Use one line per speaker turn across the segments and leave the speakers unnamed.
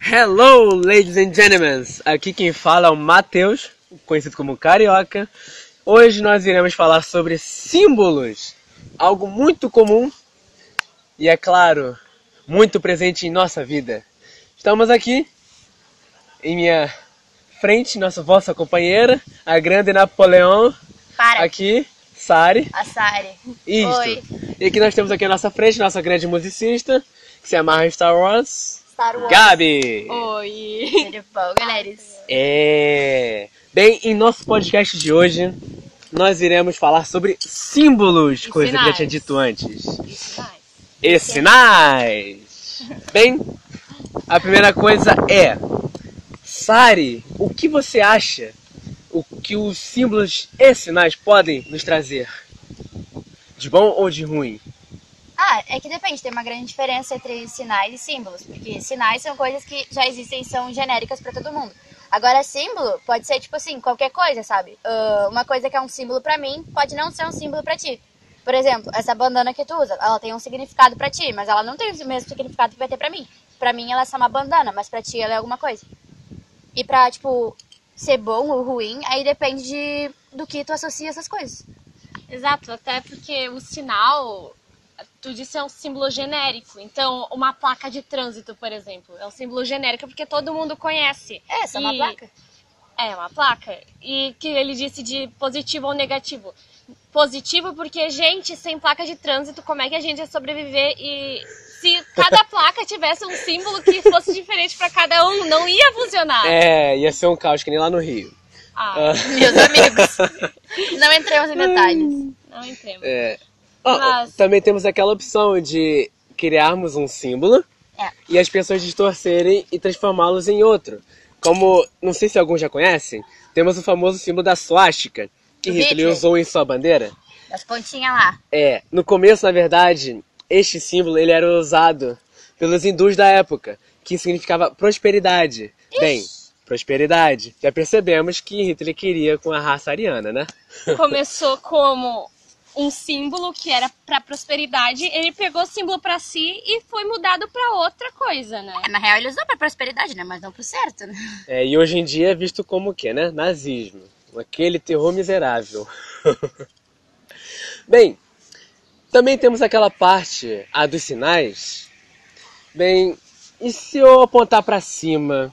Hello, ladies and gentlemen! Aqui quem fala é o Matheus, conhecido como Carioca. Hoje nós iremos falar sobre símbolos, algo muito comum e, é claro, muito presente em nossa vida. Estamos aqui em minha frente, nossa vossa companheira, a grande Napoleão,
Para,
aqui, Sari.
a Sari.
Isto.
Oi.
E aqui nós temos aqui à nossa frente nossa grande musicista, que se amarra em Star Wars,
Star Wars.
Gabi.
Oi!
Tudo bom, galera?
É. Bem, em nosso podcast de hoje, nós iremos falar sobre símbolos,
E
coisa que eu já
sinais.
tinha dito antes.
Isso vai.
E sinais! Bem, a primeira coisa é. Sari, o que você acha o que os símbolos e sinais podem nos trazer? De bom ou de ruim?
Ah, é que depende, tem uma grande diferença entre sinais e símbolos, porque sinais são coisas que já existem, são genéricas pra todo mundo. Agora, símbolo pode ser, tipo assim, qualquer coisa, sabe? Ah, uma coisa que é um símbolo pra mim pode não ser um símbolo pra ti. Por exemplo, essa bandana que tu usa, ela tem um significado pra ti, mas ela não tem o mesmo significado que vai ter pra mim. Pra mim, ela é só uma bandana, mas pra ti ela é alguma coisa. E pra, tipo, ser bom ou ruim, aí depende de, do que tu associa essas coisas.
Exato, até porque o sinal, tu disse, é um símbolo genérico. Então, uma placa de trânsito, por exemplo, é um símbolo genérico porque todo mundo conhece.
É, só uma
E-
placa.
É, uma placa. E que ele disse de positivo ou negativo. Positivo porque, gente, sem placa de trânsito, como é que a gente ia sobreviver? E se cada placa tivesse um símbolo que fosse diferente pra cada um, não ia funcionar.
É, ia ser um caos, que nem lá no Rio.
Ah,
Meus amigos. Não entremos em detalhes.
não entendo.
É. Ó, ó,
Mas-
Também temos aquela opção de criarmos um símbolo
É.
e as pessoas distorcerem e transformá-los em outro. Como, não sei se alguns já conhecem, temos o famoso símbolo da suástica, que
Do
Hitler
Hitler.
usou em sua bandeira.
As pontinhas lá.
É, no começo, na verdade, este símbolo ele era usado pelos hindus da época, que significava prosperidade. Bem, prosperidade. Já percebemos que Hitler queria com a raça ariana, né?
começou como um símbolo que era pra prosperidade, ele pegou o símbolo pra si e foi mudado pra outra coisa, né?
É, na real, ele usou pra prosperidade, né? Mas não pro certo, né?
É, e hoje em dia é visto como o quê, né? Nazismo. Aquele terror miserável. Bem, também temos aquela parte, a dos sinais. Bem, e se eu apontar pra cima,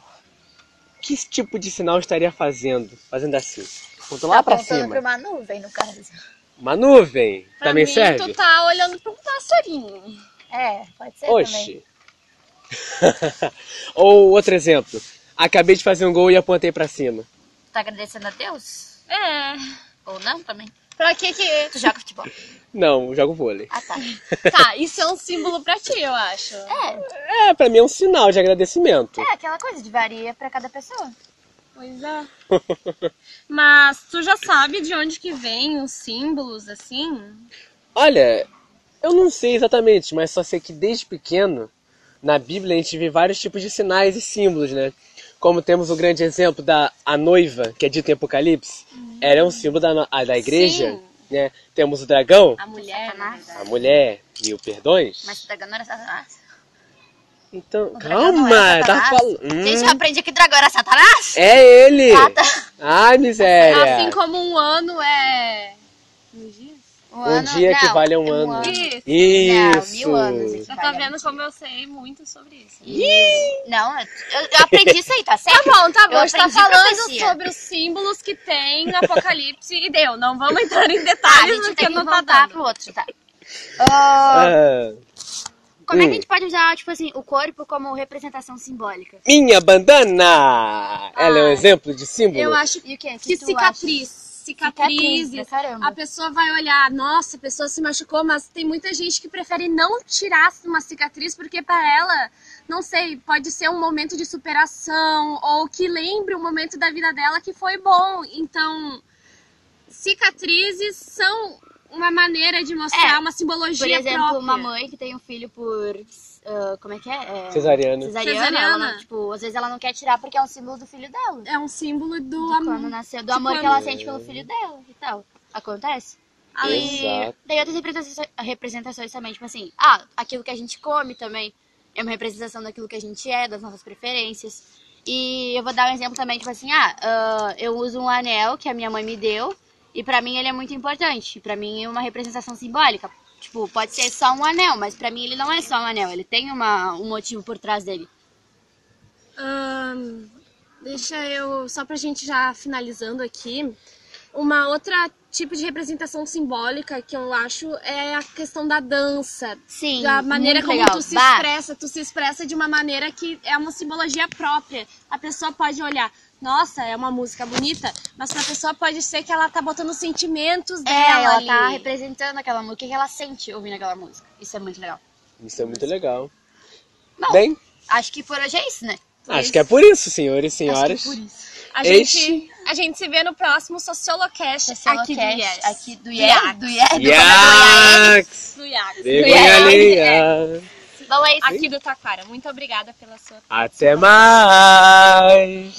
que tipo de sinal eu estaria fazendo? Fazendo assim. Aponto lá pra
Apontando
cima.
uma nuvem, no caso.
Uma nuvem.
Pra
também
mim,
serve?
tu tá olhando pra um passarinho.
É, pode ser também.
Oxi. Ou outro exemplo. Acabei de fazer um gol e apontei pra cima.
Tá agradecendo a Deus?
É.
Ou não também?
Pra que que.
Tu joga futebol.
Não, eu jogo vôlei.
Ah, tá.
Tá, isso é um símbolo pra ti, eu acho.
É,
É, pra mim é um sinal de agradecimento.
é aquela coisa de varia pra cada pessoa.
Pois é. Mas tu já sabe de onde que vem os símbolos, assim?
Olha, eu não sei exatamente, mas só sei que desde pequeno, na Bíblia, a gente vê vários tipos de sinais e símbolos, né? Como temos o grande exemplo da a noiva, que é dito em Apocalipse, ela é um símbolo da, no- a- da igreja,
Sim.
né? Temos o dragão,
A mulher, na
Satanás.
verdade.
a mulher, mil perdões.
né? Mas o dragão não era é Satanás.
Então,
O dragão não
calma,
era
tá
Satanás.
falando.
Gente, eu aprendi que dragão era Satanás?
É ele!
Ah, tá.
Ai, miséria!
né?
Assim como um ano é. Nos dias?
Um dia que vale
é
a um ano.
Isso.
Isso!
Não, mil anos. gente,
Já tá
vale a um
vendo como eu sei muito sobre isso.
Não, eu, eu aprendi isso aí, tá
Tá
certo?
bom, tá bom.
Eu
A gente tá
aprendi com a
falando
Lucia.
sobre os símbolos que tem no Apocalipse e deu. Não vamos entrar em
Tá, a
detalhes
gente
porque
tem que
não tá
voltar
dando.
pro outro, tá? Ah,
Ah,
como é que
hum.
a gente pode usar, tipo assim, o corpo como representação simbólica?
minha bandana! Ela é
Ah,
um
Ai.
exemplo de símbolo?
Eu acho
E o que?
que
tu
cicatriz.
acha?
Cicatrizes.
Cicatriz, pra caramba.
A pessoa vai olhar, nossa, a pessoa se machucou, mas tem muita gente que prefere não tirar uma cicatriz porque para ela, não sei, pode ser um momento de superação ou que lembre um momento da vida dela que foi bom. Então, cicatrizes são uma maneira de mostrar
É,
uma
Por
simbologia
exemplo,
própria.
uma mãe que tem um filho por. ah, como é que é? é...
Cesariana.
Cesariana,
Cesariana.
ela não- tipo, às vezes ela não quer tirar porque é um símbolo do filho dela.
É um símbolo do,
Do quando
amor.
nasceu, do
de
amor que
quando-
ela sente pelo filho dela e tal. Acontece?
Além
E
Exato.
daí outras representações, representações também, tipo assim, ah, aquilo que a gente come também. é uma representação daquilo que a gente é, das nossas preferências. E eu vou dar um exemplo também, tipo assim, ah, ah, eu uso um anel que a minha mãe me deu e pra mim ele é muito importante. Pra mim é uma representação simbólica. Tipo, pode ser só um anel, mas pra mim ele não é só um anel, ele tem uma, um motivo por trás dele.
Ahn, deixa eu. Só pra gente já finalizando aqui. Uma outra tipo de representação simbólica que eu acho é a questão da dança.
Sim,
da maneira
muito
como
legal.
tu se
Bah.
expressa. Tu se expressa de uma maneira que é uma simbologia própria. A pessoa pode olhar, nossa, é uma música bonita, mas pra pessoa pode ser que ela tá botando os sentimentos
É,
dela.
ela
ali.
tá representando aquela música, o que que ela sente ouvindo aquela música. Isso é muito legal.
Isso é muito legal.
Bom,
Bem,
acho que por hoje é isso, né?
acho que é por isso, senhores e senhoras.
Acho que é por isso.
A
Este-
gente, a gente se vê no próximo Sociolocast,
Aqui
aqui do Yes.
é Aqui do Yes. Do Yes. do
Yax!
Do Yes.
Vergonha alheia.
Bom, é isso.
Aqui do Taquara. Muito obrigada pela sua
Até mais!